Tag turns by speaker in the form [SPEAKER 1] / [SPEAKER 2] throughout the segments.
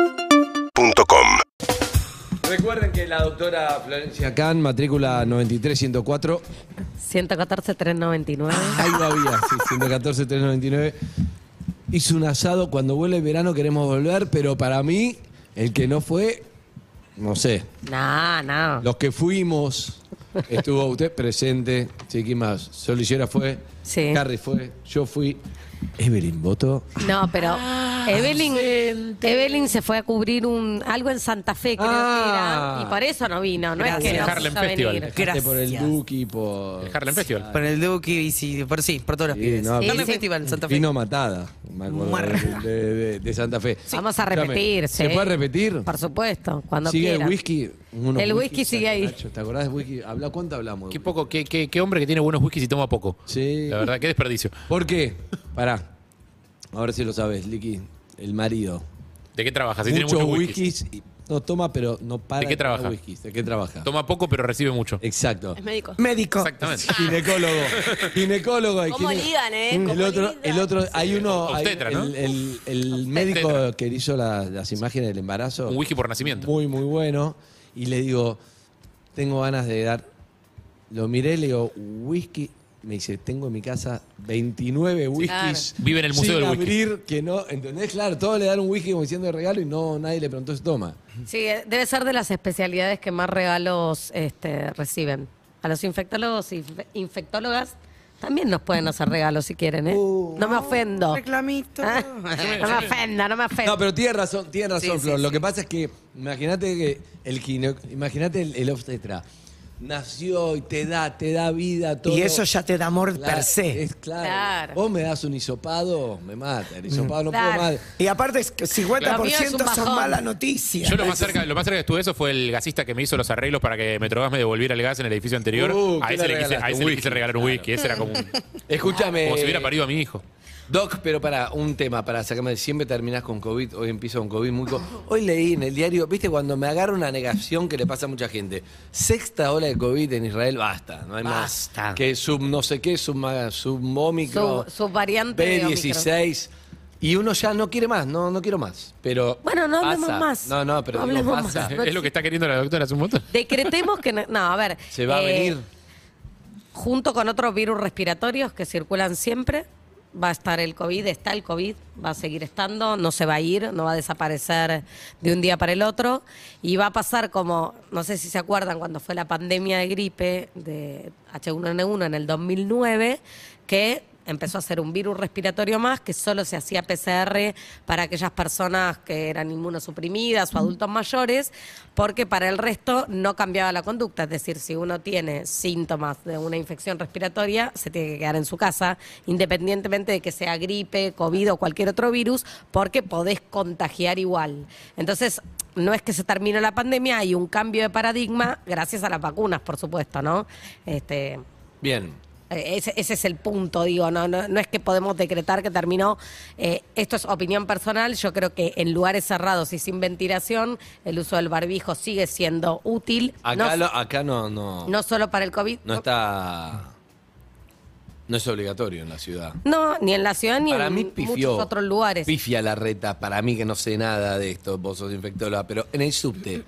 [SPEAKER 1] UrbanaPlayFM.com
[SPEAKER 2] Recuerden que la doctora Florencia Can, matrícula 93104,
[SPEAKER 3] 114 399.
[SPEAKER 2] ahí no había, sí, 114399, hizo un asado. Cuando vuelve el verano queremos volver, pero para mí, el que no fue, no sé.
[SPEAKER 3] No, no.
[SPEAKER 2] Los que fuimos, estuvo usted presente, sí, ¿quién más? Soliciera fue,
[SPEAKER 3] Sí.
[SPEAKER 2] Harry fue, yo fui, Evelyn votó.
[SPEAKER 3] No, pero
[SPEAKER 2] Ah,
[SPEAKER 3] Evelyn, Evelyn se fue a cubrir un algo en Santa Fe, creo
[SPEAKER 2] Ah.
[SPEAKER 3] que era, y por eso no vino, no
[SPEAKER 4] Gracias.
[SPEAKER 3] es que no
[SPEAKER 4] El
[SPEAKER 3] quiso
[SPEAKER 5] Harlem Festival.
[SPEAKER 3] venir.
[SPEAKER 2] Dejaste Por el
[SPEAKER 4] Gracias.
[SPEAKER 2] Duki, por...
[SPEAKER 5] El Harlem Festival.
[SPEAKER 4] Por Ah, el Duki y sí, por sí, por todos los
[SPEAKER 2] Sí,
[SPEAKER 4] pibes.
[SPEAKER 2] no,
[SPEAKER 4] Carmen
[SPEAKER 3] sí.
[SPEAKER 4] Festival en Santa Fe.
[SPEAKER 2] Vino matada, me acuerdo,
[SPEAKER 4] Muerta.
[SPEAKER 2] de, de- de Santa Fe.
[SPEAKER 3] Vamos a
[SPEAKER 2] Escúchame,
[SPEAKER 3] repetir.
[SPEAKER 2] ¿Se
[SPEAKER 3] sí.
[SPEAKER 2] puede repetir?
[SPEAKER 3] Por supuesto, cuando
[SPEAKER 2] sigue
[SPEAKER 3] quiera.
[SPEAKER 2] el whisky. unos
[SPEAKER 3] El whisky
[SPEAKER 2] whiskies,
[SPEAKER 3] sigue ahí.
[SPEAKER 2] Nacho, ¿Te acordás del whisky? Habla, ¿Cuánto hablamos? de
[SPEAKER 5] Qué poco, qué, qué- qué hombre que tiene buenos whiskies y toma poco.
[SPEAKER 2] Sí.
[SPEAKER 5] La verdad, qué desperdicio.
[SPEAKER 2] ¿Por qué? Pará. A ver si lo sabes, Licky. El marido.
[SPEAKER 5] ¿De qué trabaja? Si
[SPEAKER 2] Muchos
[SPEAKER 5] tiene muchos whiskies.
[SPEAKER 2] whiskies. y- No toma, pero no para.
[SPEAKER 5] ¿De qué
[SPEAKER 2] tomar
[SPEAKER 5] trabaja?
[SPEAKER 2] whiskies. ¿De qué trabaja?
[SPEAKER 5] Toma poco, pero recibe mucho.
[SPEAKER 2] Eh, Exacto.
[SPEAKER 6] Es médico.
[SPEAKER 4] Médico.
[SPEAKER 5] Exactamente.
[SPEAKER 2] Ginecólogo. Ginecólogo. y
[SPEAKER 6] ¿Cómo
[SPEAKER 2] gine-
[SPEAKER 6] ligan, eh?
[SPEAKER 2] Mm,
[SPEAKER 6] ¿Cómo
[SPEAKER 2] El otro,
[SPEAKER 6] ligan?
[SPEAKER 2] el otro, hay uno, hay-
[SPEAKER 5] Obstetra, ¿no?
[SPEAKER 2] el, el- el médico que hizo la- las imágenes del embarazo.
[SPEAKER 5] Un whisky por nacimiento.
[SPEAKER 2] Muy, muy bueno. Y le digo, tengo ganas de dar. Lo miré, le digo, whisky. Me dice, tengo en mi casa 29 whiskies.
[SPEAKER 5] Vive en el Museo
[SPEAKER 2] sin
[SPEAKER 5] del Whisky.
[SPEAKER 2] abrir, que no, ¿entendés? Claro, todos le dan un whisky como diciendo de regalo y no, nadie le preguntó si toma.
[SPEAKER 3] Sí, eh, debe ser de las especialidades que más regalos este, reciben. A los infectólogos y inf- infectólogas también nos pueden hacer regalos si quieren, ¿eh?
[SPEAKER 2] Uh.
[SPEAKER 3] no me ofendo.
[SPEAKER 4] Reclamito.
[SPEAKER 3] Ah, No me ofenda, no me ofenda.
[SPEAKER 2] No, pero tiene razón, tiene razón,
[SPEAKER 4] Sí, sí,
[SPEAKER 2] Flor. Lo
[SPEAKER 4] sí.
[SPEAKER 2] que pasa es que, imagínate que el gine- imagínate el, el obstetra. Nació y te da, te da vida, todo.
[SPEAKER 4] Y eso ya te da amor
[SPEAKER 2] Claro,
[SPEAKER 4] per se.
[SPEAKER 2] Es claro.
[SPEAKER 3] Claro.
[SPEAKER 2] Vos me das un hisopado, me mata. El hisopado no
[SPEAKER 3] Claro.
[SPEAKER 2] puedo más.
[SPEAKER 4] Y aparte, es que 50%
[SPEAKER 3] Lo mío es un
[SPEAKER 4] son
[SPEAKER 3] bajón.
[SPEAKER 4] malas noticias.
[SPEAKER 5] Yo lo más, cerca, lo más cerca que estuve de eso fue el gasista que me hizo los arreglos para que Metrogas me devolviera el gas en el edificio anterior.
[SPEAKER 2] Uh,
[SPEAKER 5] a
[SPEAKER 2] ¿qué
[SPEAKER 5] ese,
[SPEAKER 2] le
[SPEAKER 5] le quise, a
[SPEAKER 2] regalaste?
[SPEAKER 5] ese
[SPEAKER 2] Un
[SPEAKER 5] le quise
[SPEAKER 2] whisky.
[SPEAKER 5] regalar un whisky. Ese era como, un-
[SPEAKER 2] Escúchame.
[SPEAKER 5] como si hubiera parido a mi hijo.
[SPEAKER 2] Doc, pero para un tema, para sacarme de siempre terminás con COVID, hoy empiezo con COVID muy co- Hoy leí en el diario, viste, cuando me agarra una negación que le pasa a mucha gente. Sexta ola de COVID en Israel, basta, no hay más.
[SPEAKER 4] Basta.
[SPEAKER 2] Que sub no sé qué, sub, ma- sub ómicro,
[SPEAKER 3] Sub- subvariante de
[SPEAKER 2] B16. Y uno ya no quiere más, no, no quiero más. Pero
[SPEAKER 3] Bueno, no hablemos
[SPEAKER 2] pasa.
[SPEAKER 3] más.
[SPEAKER 2] No, no, pero
[SPEAKER 3] No
[SPEAKER 2] digo,
[SPEAKER 3] hablemos
[SPEAKER 2] pasa.
[SPEAKER 3] más. No
[SPEAKER 5] Es lo que está queriendo la doctora hace un montón.
[SPEAKER 3] Decretemos que no, no, a ver.
[SPEAKER 2] Se va a
[SPEAKER 3] eh,
[SPEAKER 2] venir.
[SPEAKER 3] Junto con otros virus respiratorios que circulan siempre, va a estar el COVID, está el COVID, va a seguir estando, no se va a ir, no va a desaparecer de un día para el otro. Y va a pasar como, no sé si se acuerdan, cuando fue la pandemia de gripe de H1N1 en el 2009, que empezó a ser un virus respiratorio más que solo se hacía PCR para aquellas personas que eran inmunosuprimidas o adultos mayores, porque para el resto no cambiaba la conducta. Es decir, si uno tiene síntomas de una infección respiratoria, se tiene que quedar en su casa, independientemente de que sea gripe, COVID o cualquier otro virus, porque podés contagiar igual. Entonces, no es que se termine la pandemia, hay un cambio de paradigma gracias a las vacunas, por supuesto, ¿no? Este,
[SPEAKER 2] Bien.
[SPEAKER 3] eh, Ese, ese es el punto, digo, no, no, no es que podemos decretar que terminó. Eh, esto es opinión personal, yo creo que en lugares cerrados y sin ventilación, el uso del barbijo sigue siendo útil,
[SPEAKER 2] Acá
[SPEAKER 3] no,
[SPEAKER 2] no, acá no, no, no,
[SPEAKER 3] no solo para el COVID, no,
[SPEAKER 2] está. No es obligatorio en la ciudad.
[SPEAKER 3] no, ni en la ciudad ni
[SPEAKER 2] Para
[SPEAKER 3] en
[SPEAKER 2] mí pifió.
[SPEAKER 3] muchos otros lugares.
[SPEAKER 2] Pifia la reta, para mí que no sé nada de esto, vos sos infectóloga, pero en el subte.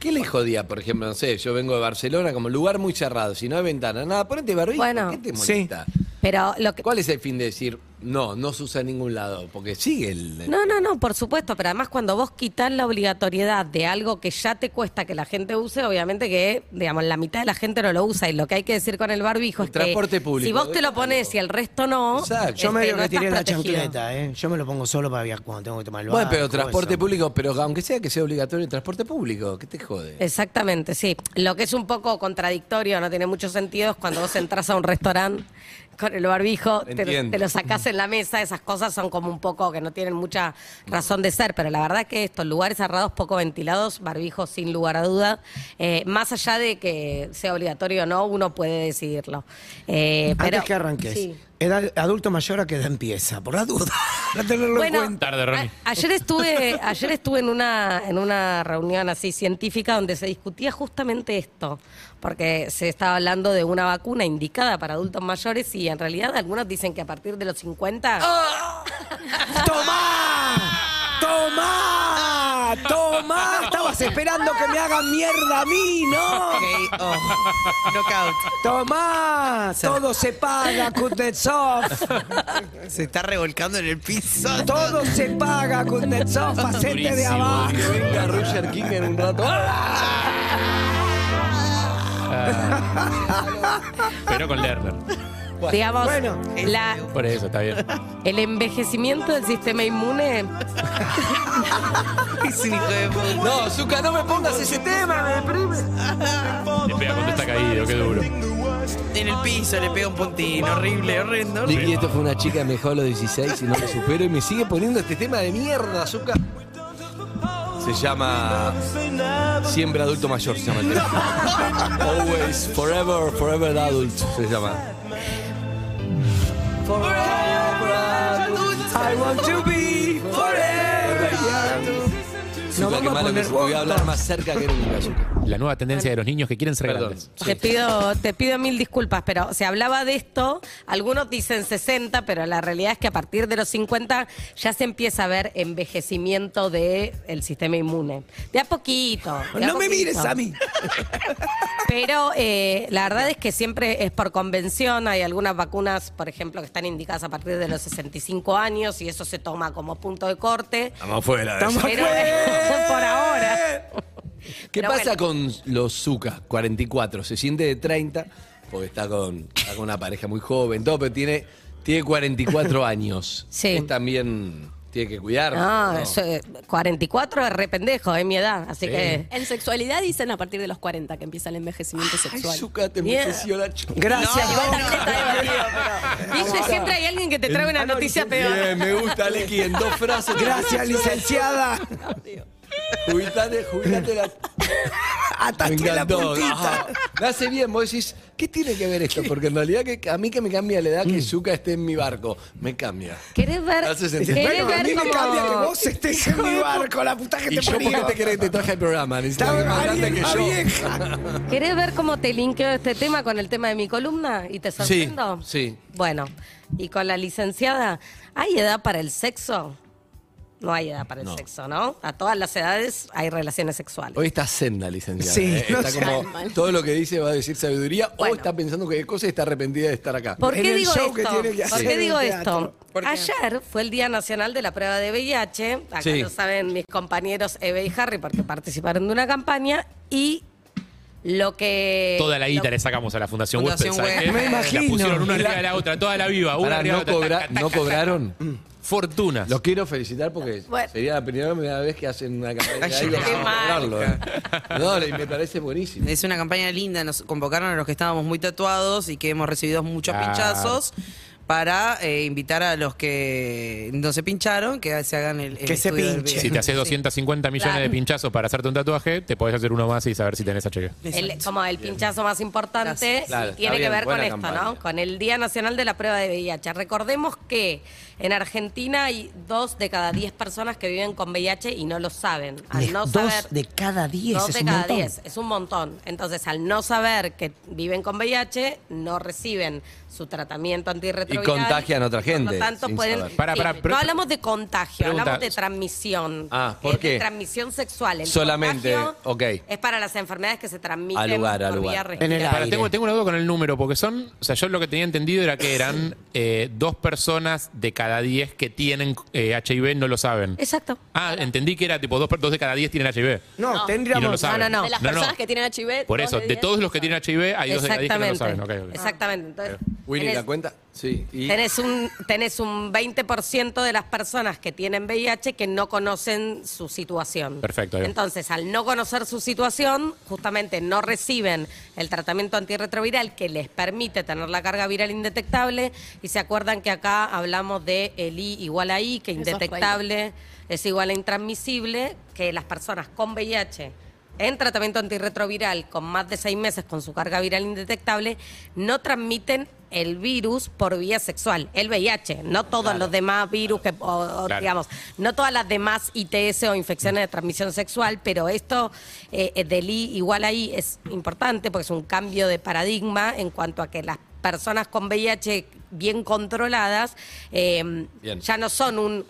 [SPEAKER 2] ¿Qué le jodía, por ejemplo? No sé, yo vengo de Barcelona, como lugar muy cerrado, si no hay ventana, nada, ponete barbijo,
[SPEAKER 3] Bueno.
[SPEAKER 2] ¿qué te molesta?
[SPEAKER 3] Pero lo que,
[SPEAKER 2] ¿Cuál es el fin de decir, no, no se usa en ningún lado? Porque sigue el...
[SPEAKER 3] No, no, no, por supuesto, pero además cuando vos quitas la obligatoriedad de algo que ya te cuesta que la gente use, obviamente que, digamos, la mitad de la gente no lo usa y lo que hay que decir con el barbijo
[SPEAKER 2] El
[SPEAKER 3] es que
[SPEAKER 2] transporte público,
[SPEAKER 3] si vos te lo
[SPEAKER 2] déjalo.
[SPEAKER 3] pones y el resto no,
[SPEAKER 2] Exacto.
[SPEAKER 3] este,
[SPEAKER 2] Yo
[SPEAKER 4] Yo medio
[SPEAKER 3] no
[SPEAKER 4] que
[SPEAKER 3] estás
[SPEAKER 4] tiré la
[SPEAKER 3] protegido.
[SPEAKER 4] chancleta, ¿eh? Yo me lo pongo solo para viajar cuando tengo que tomar el
[SPEAKER 2] Bueno, pero
[SPEAKER 4] barco,
[SPEAKER 2] transporte
[SPEAKER 4] eso.
[SPEAKER 2] público, pero aunque sea que sea obligatorio el transporte público, ¿qué te jode?
[SPEAKER 3] Exactamente, sí. Lo que es un poco contradictorio, no tiene mucho sentido, es cuando vos entras a un restaurante con el barbijo, te, lo-
[SPEAKER 2] Entiendo.
[SPEAKER 3] te lo sacás en la mesa, esas cosas son como un poco que no tienen mucha razón de ser, pero la verdad que estos lugares cerrados, poco ventilados, barbijo sin lugar a duda, eh, más allá de que sea obligatorio o no, uno puede decidirlo. Eh,
[SPEAKER 4] Antes
[SPEAKER 3] pero-
[SPEAKER 4] que arranques,
[SPEAKER 3] Sí.
[SPEAKER 4] edad- adulto mayor a qué edad empieza, por la duda, para tenerlo
[SPEAKER 3] Bueno,
[SPEAKER 4] en cuenta.
[SPEAKER 5] Tarde, Rami.
[SPEAKER 3] a- ayer estuve, ayer estuve en una, en una reunión así científica donde se discutía justamente esto, porque se estaba hablando de una vacuna indicada para adultos mayores y en realidad algunos dicen que a partir de los 50
[SPEAKER 4] ¡Tomá! esperando que me hagan mierda a mí, ¿no?
[SPEAKER 1] Ok, oh, knockout.
[SPEAKER 4] Tomá, todo se paga, Kuznetsov.
[SPEAKER 1] Se está revolcando en el piso.
[SPEAKER 4] Todo se paga, Kuznetsov, facete de abajo.
[SPEAKER 2] Que venga Roger King en un rato. ¡Ah!
[SPEAKER 5] Pero con Lerner.
[SPEAKER 3] Digamos,
[SPEAKER 4] Bueno,
[SPEAKER 3] la,
[SPEAKER 5] Por eso, está bien.
[SPEAKER 3] el envejecimiento del sistema inmune
[SPEAKER 1] Es un hijo de puta.
[SPEAKER 2] No, Zuka, no me pongas ese tema, me deprime.
[SPEAKER 5] Le pega cuando está caído, qué duro.
[SPEAKER 1] En el piso le pega un puntín. Horrible, horrendo. horrible.
[SPEAKER 2] Vicky, esto fue una chica, me dejó a los 16 y no me supero y me sigue poniendo este tema de mierda, Zuka. Se llama Siempre Adulto Mayor, se llama el tema. Always, Forever, Forever Adult, se llama. Forever Adult, I want to be Forever Young.
[SPEAKER 4] Nos
[SPEAKER 2] Zuka, qué
[SPEAKER 4] vamos a
[SPEAKER 2] malo que
[SPEAKER 4] poner
[SPEAKER 2] se voy a hablar
[SPEAKER 4] juntos.
[SPEAKER 2] más cerca que nunca, Zuka.
[SPEAKER 5] La nueva tendencia de los niños que quieren ser
[SPEAKER 2] Perdón.
[SPEAKER 5] grandes.
[SPEAKER 3] Te pido, te pido mil disculpas, pero se hablaba de esto, algunos dicen 60, pero la realidad es que a partir de los 50 ya se empieza a ver envejecimiento del el sistema inmune. De a poquito. de a
[SPEAKER 4] No me
[SPEAKER 3] poquito.
[SPEAKER 4] mires a mí.
[SPEAKER 3] Pero eh, la verdad es que siempre es por convención. Hay algunas vacunas, por ejemplo, que están indicadas a partir de los 65 años y eso se toma como punto de corte.
[SPEAKER 2] Vamos fuera.
[SPEAKER 4] Estamos
[SPEAKER 3] Pero
[SPEAKER 4] afuera.
[SPEAKER 3] por ahora.
[SPEAKER 2] ¿Qué
[SPEAKER 3] Pero
[SPEAKER 2] pasa con los Zucas? 44, se siente de 30 porque está con, está con una pareja muy joven, todo, pero tiene, tiene 44 años.
[SPEAKER 3] Sí.
[SPEAKER 2] Es también tiene que cuidar.
[SPEAKER 3] No, eso, eh, 44 es re pendejo, es mi edad. Así que
[SPEAKER 6] En sexualidad dicen a partir de los 40 que empieza el envejecimiento
[SPEAKER 2] Ay,
[SPEAKER 6] sexual.
[SPEAKER 2] Zuka, te
[SPEAKER 3] Mierda.
[SPEAKER 2] envejeció la ch-
[SPEAKER 4] Gracias,
[SPEAKER 6] Igual
[SPEAKER 4] Boca.
[SPEAKER 6] también está debatido, pero-
[SPEAKER 3] Dice, siempre hay alguien que te trae una noticia peor.
[SPEAKER 2] Bien, me gusta, Lequi, en dos frases.
[SPEAKER 4] Gracias, licenciada.
[SPEAKER 2] Jubilate, jubilate la. Me
[SPEAKER 4] Ataque la
[SPEAKER 2] encantó.
[SPEAKER 4] puntita.
[SPEAKER 2] Ajá. Me hace bien, vos decís, ¿qué tiene que ver esto? Porque en realidad que a mí que me cambia la edad que
[SPEAKER 4] Mm.
[SPEAKER 2] Zuka esté en mi barco, me cambia.
[SPEAKER 3] ¿Querés ver?
[SPEAKER 2] Hace sentido.
[SPEAKER 3] ¿Querés
[SPEAKER 4] Bueno, a
[SPEAKER 3] ver
[SPEAKER 4] mí me
[SPEAKER 3] cómo-
[SPEAKER 4] cambia que vos estés en mi barco, la puta que
[SPEAKER 2] ¿Y
[SPEAKER 4] te
[SPEAKER 2] yo por qué
[SPEAKER 4] parió.
[SPEAKER 2] te crees que te traje el programa? Necesito
[SPEAKER 4] Está
[SPEAKER 2] alguien más grande
[SPEAKER 4] alguien-
[SPEAKER 2] que
[SPEAKER 4] ah,
[SPEAKER 2] yo.
[SPEAKER 4] vieja.
[SPEAKER 3] ¿Querés ver cómo te linkeo este tema con el tema de mi columna? ¿Y te sorprendo?
[SPEAKER 2] sí.
[SPEAKER 3] Bueno, y con la licenciada, ¿hay edad para el sexo? No hay edad para el
[SPEAKER 2] No.
[SPEAKER 3] sexo, ¿no? A todas las edades hay relaciones sexuales.
[SPEAKER 2] Hoy está senda, licenciada.
[SPEAKER 4] Sí,
[SPEAKER 2] ¿eh?
[SPEAKER 4] no
[SPEAKER 2] está
[SPEAKER 4] sé.
[SPEAKER 2] como
[SPEAKER 6] Mal, mal.
[SPEAKER 2] todo lo que dice va a decir sabiduría o
[SPEAKER 3] Bueno.
[SPEAKER 2] está pensando que cosa y está arrepentida de estar acá.
[SPEAKER 3] ¿Por
[SPEAKER 4] En
[SPEAKER 3] qué
[SPEAKER 4] el
[SPEAKER 3] digo
[SPEAKER 4] show que
[SPEAKER 3] esto?
[SPEAKER 4] tiene que
[SPEAKER 3] ¿Por
[SPEAKER 4] hacer
[SPEAKER 3] qué
[SPEAKER 4] en
[SPEAKER 3] digo
[SPEAKER 4] el
[SPEAKER 3] esto?
[SPEAKER 4] teatro.
[SPEAKER 1] ¿Por qué?
[SPEAKER 3] Ayer fue el Día Nacional de la Prueba de VIH. Acá
[SPEAKER 2] Sí.
[SPEAKER 3] lo saben mis compañeros Eve y Harry porque participaron de una campaña y lo que...
[SPEAKER 5] Toda la guita
[SPEAKER 3] lo-
[SPEAKER 5] le sacamos a la Fundación Huésped.
[SPEAKER 1] Fundación
[SPEAKER 5] ¿sabes qué?
[SPEAKER 1] Huésped. Me
[SPEAKER 5] La
[SPEAKER 4] imagino.
[SPEAKER 5] pusieron una
[SPEAKER 4] Y la-
[SPEAKER 5] arriba de la otra, toda la viva. Una
[SPEAKER 2] Pará,
[SPEAKER 5] arriba
[SPEAKER 2] ¿no,
[SPEAKER 5] de la otra,
[SPEAKER 2] cobra-
[SPEAKER 5] taca,
[SPEAKER 2] ¿no
[SPEAKER 5] taca,
[SPEAKER 2] cobraron?
[SPEAKER 5] taca. Fortunas.
[SPEAKER 2] Los quiero felicitar porque
[SPEAKER 3] Bueno.
[SPEAKER 2] sería la primera vez que hacen una campaña
[SPEAKER 1] Ay,
[SPEAKER 2] de algo
[SPEAKER 1] qué
[SPEAKER 2] sin
[SPEAKER 3] mal.
[SPEAKER 2] cobrarlo, ¿eh? No, le- me parece buenísimo.
[SPEAKER 1] Es una campaña linda, nos convocaron a los que estábamos muy tatuados y que hemos recibido muchos
[SPEAKER 5] Claro.
[SPEAKER 1] pinchazos para eh, invitar a los que no se pincharon que se hagan el, el
[SPEAKER 4] Que se
[SPEAKER 1] estudio del
[SPEAKER 4] pinchen.
[SPEAKER 1] video.
[SPEAKER 5] Si te haces
[SPEAKER 1] Sí.
[SPEAKER 5] 250 millones
[SPEAKER 3] Claro.
[SPEAKER 5] de pinchazos para hacerte un tatuaje, te podés hacer uno más y saber si tenés HG.
[SPEAKER 3] el, como el pinchazo más importante
[SPEAKER 1] Gracias.
[SPEAKER 2] Claro,
[SPEAKER 3] y
[SPEAKER 2] está
[SPEAKER 3] tiene que
[SPEAKER 2] bien,
[SPEAKER 3] ver con
[SPEAKER 2] buena
[SPEAKER 3] esto,
[SPEAKER 2] campaña.
[SPEAKER 3] ¿no? Con el Día Nacional de la Prueba de VIH. Recordemos que en Argentina hay dos de cada diez personas que viven con VIH y no lo saben. Al no saber,
[SPEAKER 4] Dos de cada diez.
[SPEAKER 3] dos
[SPEAKER 4] es
[SPEAKER 3] de
[SPEAKER 4] un
[SPEAKER 3] cada
[SPEAKER 4] montón.
[SPEAKER 3] diez, es un montón. Entonces, al no saber que viven con VIH, no reciben su tratamiento antirretroviral.
[SPEAKER 2] Y contagian a otra gente,
[SPEAKER 3] Por lo tanto,
[SPEAKER 2] sin
[SPEAKER 3] pueden.
[SPEAKER 2] saber.
[SPEAKER 5] Pará, pará, pero-
[SPEAKER 3] no hablamos de contagio,
[SPEAKER 5] Pregunta.
[SPEAKER 3] hablamos de transmisión.
[SPEAKER 2] Ah, ¿por
[SPEAKER 3] eh, de
[SPEAKER 2] qué?
[SPEAKER 3] transmisión sexual. El
[SPEAKER 2] Solamente,
[SPEAKER 3] contagio
[SPEAKER 2] ok.
[SPEAKER 3] Es para las enfermedades que se transmiten
[SPEAKER 2] Al lugar, al
[SPEAKER 3] por vía
[SPEAKER 2] lugar.
[SPEAKER 3] respiratoria.
[SPEAKER 4] En el
[SPEAKER 5] Para,
[SPEAKER 4] aire.
[SPEAKER 5] tengo, tengo una duda con el número, porque son, o sea, yo lo que tenía entendido era que eran eh, dos personas de cada diez que tienen eh, HIV no lo saben.
[SPEAKER 3] Exacto.
[SPEAKER 5] Ah, entendí que era tipo dos, per- dos de cada diez tienen HIV.
[SPEAKER 4] No,
[SPEAKER 5] Y no lo
[SPEAKER 4] tendríamos.
[SPEAKER 5] saben.
[SPEAKER 3] no, no.
[SPEAKER 6] De las
[SPEAKER 5] No, no.
[SPEAKER 6] personas que tienen HIV.
[SPEAKER 5] Por
[SPEAKER 6] dos
[SPEAKER 5] eso, de
[SPEAKER 6] diez.
[SPEAKER 5] todos los que tienen HIV, hay dos de cada diez que no lo saben. Ok, ok.
[SPEAKER 3] Exactamente. Entonces,
[SPEAKER 2] Winnie,
[SPEAKER 3] tenés-
[SPEAKER 2] Ah. ¿la cuenta? Sí. y-
[SPEAKER 3] Tenés un, tenés un 20% de las personas que tienen VIH que no conocen su situación.
[SPEAKER 5] Perfecto, ahí va.
[SPEAKER 3] Entonces, al no conocer su situación, justamente no reciben el tratamiento antirretroviral que les permite tener la carga viral indetectable. Y se acuerdan que acá hablamos de el I igual a I, que
[SPEAKER 6] Eso es
[SPEAKER 3] indetectable es igual a intransmisible, que las personas con VIH en tratamiento antirretroviral con más de seis meses con su carga viral indetectable no transmiten el virus por vía sexual, el VIH, no todos los demás virus que, o- o,
[SPEAKER 5] Claro.
[SPEAKER 3] digamos, no todas las demás ITS o infecciones de transmisión sexual, pero esto eh, eh, del I igual ahí es importante porque es un cambio de paradigma en cuanto a que las personas con VIH bien controladas eh,
[SPEAKER 2] Bien.
[SPEAKER 3] ya no son un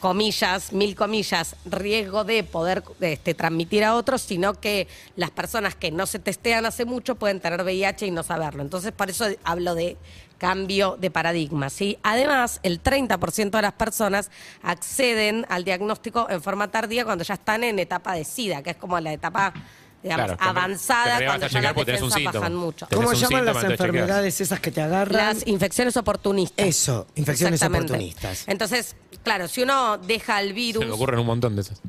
[SPEAKER 3] comillas, mil comillas, riesgo de poder este, transmitir a otros, sino que las personas que no se testean hace mucho pueden tener VIH y no saberlo. Entonces, por eso hablo de cambio de paradigma. ¿sí? Además, el 30% de las personas acceden al diagnóstico en forma tardía cuando ya están en etapa de SIDA, que es como la etapa digamos,
[SPEAKER 5] Claro, te-
[SPEAKER 3] avanzada,
[SPEAKER 5] te re vas
[SPEAKER 3] cuando
[SPEAKER 5] a
[SPEAKER 3] ya
[SPEAKER 5] chequear
[SPEAKER 3] las
[SPEAKER 5] porque tenés un
[SPEAKER 3] defensas bajan
[SPEAKER 5] síntoma.
[SPEAKER 3] mucho.
[SPEAKER 5] Tenés
[SPEAKER 4] ¿Cómo
[SPEAKER 5] un
[SPEAKER 4] llaman
[SPEAKER 5] síntoma,
[SPEAKER 4] las
[SPEAKER 5] entonces chequeás.
[SPEAKER 4] enfermedades esas que te agarran?
[SPEAKER 3] Las infecciones oportunistas.
[SPEAKER 4] Eso, infecciones
[SPEAKER 3] Exactamente.
[SPEAKER 4] oportunistas.
[SPEAKER 3] Entonces, claro, si uno deja el
[SPEAKER 5] Se me
[SPEAKER 3] virus,
[SPEAKER 5] ocurren un montón de esas.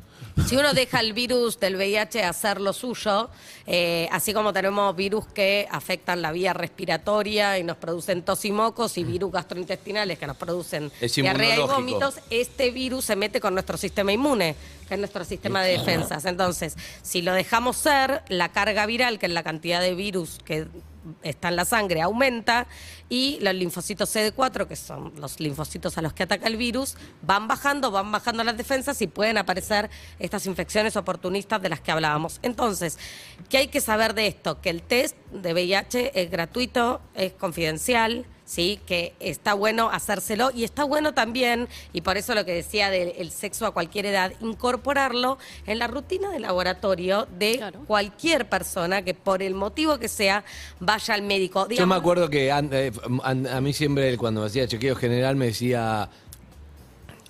[SPEAKER 3] si uno deja el virus del VIH hacer lo suyo, eh, así como tenemos virus que afectan la vía respiratoria y nos producen tos y mocos y virus gastrointestinales que nos producen
[SPEAKER 2] Es
[SPEAKER 3] diarrea y
[SPEAKER 2] inmunológico.
[SPEAKER 3] vómitos, este virus se mete con nuestro sistema inmune, que es nuestro sistema de defensas. Entonces, si lo dejamos ser, la carga viral, que es la cantidad de virus que está en la sangre, aumenta y los linfocitos CD4, que son los linfocitos a los que ataca el virus, van bajando, van bajando las defensas y pueden aparecer estas infecciones oportunistas de las que hablábamos. Entonces, ¿qué hay que saber de esto? Que el test de VIH es gratuito, es confidencial, ¿sí? Que está bueno hacérselo y está bueno también, y por eso lo que decía del el sexo a cualquier edad, incorporarlo en la rutina de laboratorio de
[SPEAKER 6] Claro.
[SPEAKER 3] cualquier persona que por el motivo que sea vaya al médico.
[SPEAKER 2] Yo me
[SPEAKER 3] Digamos,
[SPEAKER 2] acuerdo que an- eh, f- an- a mí siempre cuando me hacía chequeo general me decía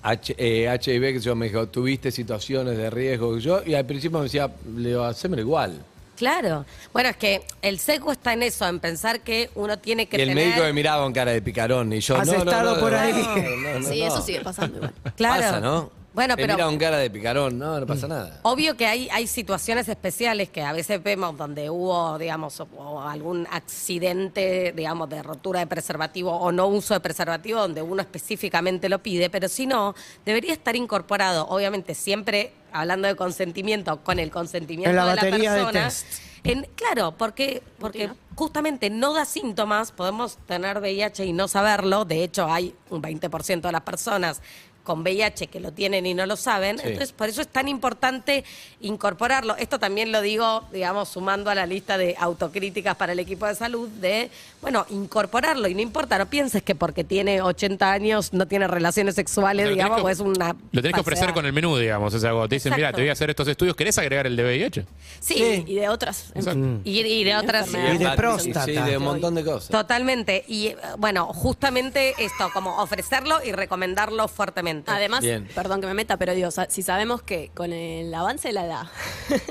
[SPEAKER 2] H- eh, HIV, que yo me dijo, tuviste situaciones de riesgo. Yo, y al principio me decía, le digo, hacémelo igual.
[SPEAKER 3] Claro. Bueno, es que el seco está en eso, en pensar que uno tiene que
[SPEAKER 2] y el
[SPEAKER 3] tener...
[SPEAKER 2] médico me miraba con cara de picarón y yo,
[SPEAKER 4] Has
[SPEAKER 2] no, no,
[SPEAKER 4] estado
[SPEAKER 2] no,
[SPEAKER 4] por
[SPEAKER 2] no,
[SPEAKER 4] ahí.
[SPEAKER 2] no, no, no,
[SPEAKER 6] Sí,
[SPEAKER 2] no.
[SPEAKER 6] eso sigue pasando igual.
[SPEAKER 3] Claro.
[SPEAKER 2] Pasa, ¿no?
[SPEAKER 3] Bueno,
[SPEAKER 2] Me
[SPEAKER 3] pero...
[SPEAKER 2] mira con cara de picarón, no, no pasa nada.
[SPEAKER 3] Obvio que hay, hay situaciones especiales que a veces vemos donde hubo, digamos, o- o algún accidente, digamos, de rotura de preservativo o no uso de preservativo, donde uno específicamente lo pide, pero si no, debería estar incorporado, obviamente, siempre hablando de consentimiento, con el consentimiento
[SPEAKER 4] En la
[SPEAKER 3] de
[SPEAKER 4] batería de
[SPEAKER 3] la persona.
[SPEAKER 4] test.
[SPEAKER 3] En- claro, porque, porque
[SPEAKER 6] Rutina.
[SPEAKER 3] justamente no da síntomas, podemos tener VIH y no saberlo, de hecho hay un 20% de las personas con VIH que lo tienen y no lo saben,
[SPEAKER 2] Sí.
[SPEAKER 3] entonces por eso es tan importante incorporarlo. Esto también lo digo, digamos, sumando a la lista de autocríticas para el equipo de salud, de, bueno, incorporarlo y no importa, no pienses que porque tiene 80 años no tiene relaciones sexuales,
[SPEAKER 5] O sea, lo
[SPEAKER 3] digamos,
[SPEAKER 5] tenés que-
[SPEAKER 3] pues es una...
[SPEAKER 5] Lo tenés que ofrecer con el menú, digamos. O sea, cuando te dicen, mira,
[SPEAKER 3] Exacto.
[SPEAKER 5] te voy a hacer estos estudios, ¿querés agregar el de VIH?
[SPEAKER 3] Sí,
[SPEAKER 6] Y de otras.
[SPEAKER 5] Exacto.
[SPEAKER 3] y, y de otras...
[SPEAKER 6] Y de
[SPEAKER 4] Y de
[SPEAKER 2] Ah,
[SPEAKER 4] próstata.
[SPEAKER 2] Sí, de un montón de cosas.
[SPEAKER 3] Totalmente. Y eh, bueno, justamente esto, como ofrecerlo y recomendarlo fuertemente.
[SPEAKER 6] Además,
[SPEAKER 2] Bien.
[SPEAKER 6] perdón que me meta, pero digo, sa- si sabemos que con el avance de la edad,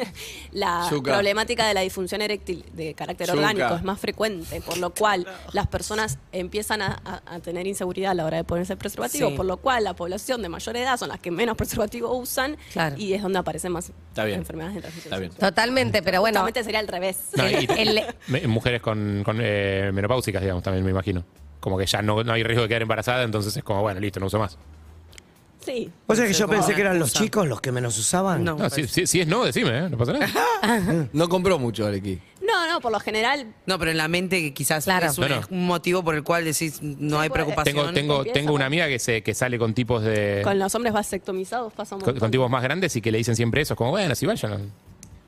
[SPEAKER 6] la
[SPEAKER 2] Zucca.
[SPEAKER 6] problemática de la disfunción eréctil de carácter
[SPEAKER 2] Zucca.
[SPEAKER 6] orgánico es más frecuente, por lo cual las personas empiezan a, a- a tener inseguridad a la hora de ponerse preservativo,
[SPEAKER 3] Sí.
[SPEAKER 6] por lo cual la población de mayor edad son las que menos preservativo usan
[SPEAKER 3] Claro.
[SPEAKER 6] y es donde aparecen más
[SPEAKER 2] Está bien.
[SPEAKER 6] enfermedades de transmisión.
[SPEAKER 2] Está bien.
[SPEAKER 3] Totalmente, pero bueno.
[SPEAKER 6] Justamente sería al revés.
[SPEAKER 5] No, y-
[SPEAKER 3] El-
[SPEAKER 5] me- mujeres con, con, eh, menopáusicas, digamos, también me imagino. Como que ya no, no hay riesgo de quedar embarazada, entonces es como, bueno, listo, no uso más.
[SPEAKER 6] Sí.
[SPEAKER 4] O sea que yo
[SPEAKER 1] No.
[SPEAKER 4] pensé que eran los chicos los que menos usaban.
[SPEAKER 1] No.
[SPEAKER 5] No, si, si- si es no, decime, ¿eh? no pasa nada.
[SPEAKER 2] No compró mucho Arequi.
[SPEAKER 6] No, no, por lo general
[SPEAKER 1] No, pero en la mente que quizás
[SPEAKER 3] Claro.
[SPEAKER 1] es un,
[SPEAKER 5] No, no.
[SPEAKER 1] un motivo por el cual decís no hay
[SPEAKER 6] puede-
[SPEAKER 5] Tengo,
[SPEAKER 1] preocupación.
[SPEAKER 5] tengo,
[SPEAKER 6] Empieza
[SPEAKER 5] tengo una
[SPEAKER 6] con-
[SPEAKER 5] amiga que, se, que sale con tipos de.
[SPEAKER 6] con los hombres vasectomizados pasa un
[SPEAKER 5] Eh. con,
[SPEAKER 6] montón.
[SPEAKER 5] con tipos más grandes y que le dicen siempre eso. Es como, bueno, si vayan.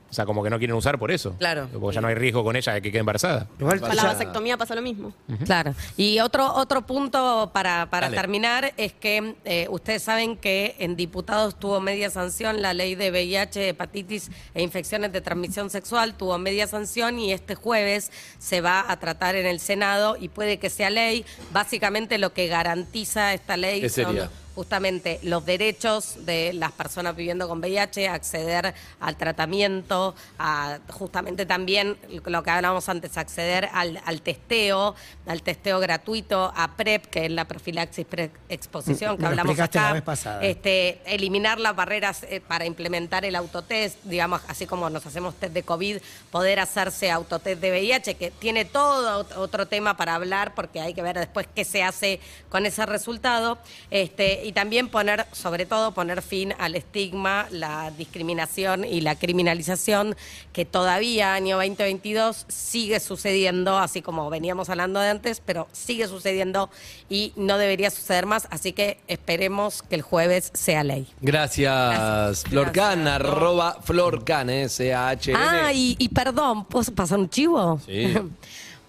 [SPEAKER 5] O sea, como que no quieren usar por eso.
[SPEAKER 1] Claro.
[SPEAKER 5] Porque ya no hay riesgo con ella de que quede embarazada.
[SPEAKER 4] Igual
[SPEAKER 6] Con la
[SPEAKER 4] ya-
[SPEAKER 6] vasectomía pasa lo mismo.
[SPEAKER 3] Claro. Y otro, otro punto para, para
[SPEAKER 2] Dale.
[SPEAKER 3] terminar es que eh, ustedes saben que en diputados tuvo media sanción la ley de VIH, hepatitis e infecciones de transmisión sexual, tuvo media sanción y este jueves se va a tratar en el Senado y puede que sea ley. Básicamente lo que garantiza esta ley
[SPEAKER 2] ¿Qué
[SPEAKER 3] son
[SPEAKER 2] sería?
[SPEAKER 3] justamente los derechos de las personas viviendo con VIH, acceder al tratamiento, a justamente también lo que hablábamos antes, acceder al, al testeo, al testeo gratuito, a PrEP, que es la profilaxis exposición
[SPEAKER 4] Me
[SPEAKER 3] que
[SPEAKER 4] Mm, lo
[SPEAKER 3] hablamos
[SPEAKER 4] explicaste
[SPEAKER 3] acá.
[SPEAKER 4] la vez pasada.
[SPEAKER 3] Este, eliminar las barreras eh, para implementar el autotest, digamos, así como nos hacemos test de COVID, poder hacerse autotest de VIH, que tiene todo ot- otro tema para hablar, porque hay que ver después qué se hace con ese resultado. Este, y también poner, sobre todo, poner fin al estigma, la discriminación y la criminalización que todavía, año 2022, sigue sucediendo, así como veníamos hablando de antes, pero sigue sucediendo y no debería suceder más. Así que esperemos que el jueves sea ley.
[SPEAKER 2] Gracias,
[SPEAKER 3] Gracias.
[SPEAKER 2] Florcan,
[SPEAKER 3] Gracias.
[SPEAKER 2] arroba Florcan, eh, C-A-H-N.
[SPEAKER 3] Ah, y, y perdón, ¿puedo pasar un chivo?
[SPEAKER 2] Sí.
[SPEAKER 1] Eh.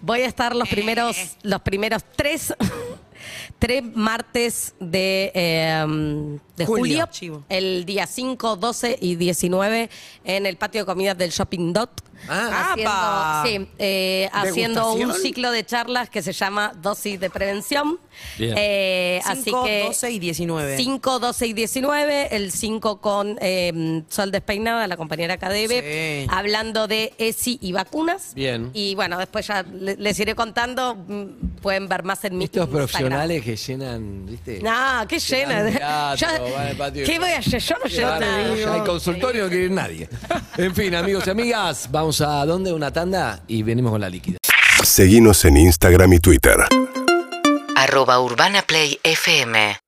[SPEAKER 3] Voy a estar los primeros, los primeros tres tres martes de, eh, de
[SPEAKER 1] Julio.
[SPEAKER 3] julio,
[SPEAKER 1] Chivo.
[SPEAKER 3] el día 5, 12 y 19, en el patio de comidas del Shopping Dot.
[SPEAKER 1] Ah.
[SPEAKER 3] haciendo,
[SPEAKER 1] ¡Apa!
[SPEAKER 3] sí, eh, haciendo un
[SPEAKER 4] ¿Degustación?
[SPEAKER 3] ciclo de charlas que se llama Dosis de Prevención.
[SPEAKER 2] Bien.
[SPEAKER 3] Eh, así
[SPEAKER 1] 5,
[SPEAKER 3] que
[SPEAKER 1] 12 y 19.
[SPEAKER 3] 5, 12 y 19, el 5 con eh, Sol Despeinada, la compañera Cadebe,
[SPEAKER 1] Sí.
[SPEAKER 3] hablando de ESI y vacunas.
[SPEAKER 2] Bien.
[SPEAKER 3] Y bueno, después ya le- les iré contando, mm, pueden ver más en mi
[SPEAKER 2] Estos
[SPEAKER 3] Instagram.
[SPEAKER 2] profesionales que llenan, ¿viste?
[SPEAKER 3] No, qué llena.
[SPEAKER 2] Llenan teatro, van al patio.
[SPEAKER 3] ¿Qué voy a hacer? Yo no
[SPEAKER 2] Qué
[SPEAKER 3] llevo
[SPEAKER 2] bárbaro,
[SPEAKER 3] nada.
[SPEAKER 2] ya Hay consultorio, no quiere ir nadie. En fin, amigos y amigas, vamos a dónde una tanda y venimos con la líquida.
[SPEAKER 7] Seguinos en Instagram y Twitter.
[SPEAKER 8] arroba urbanaplayfm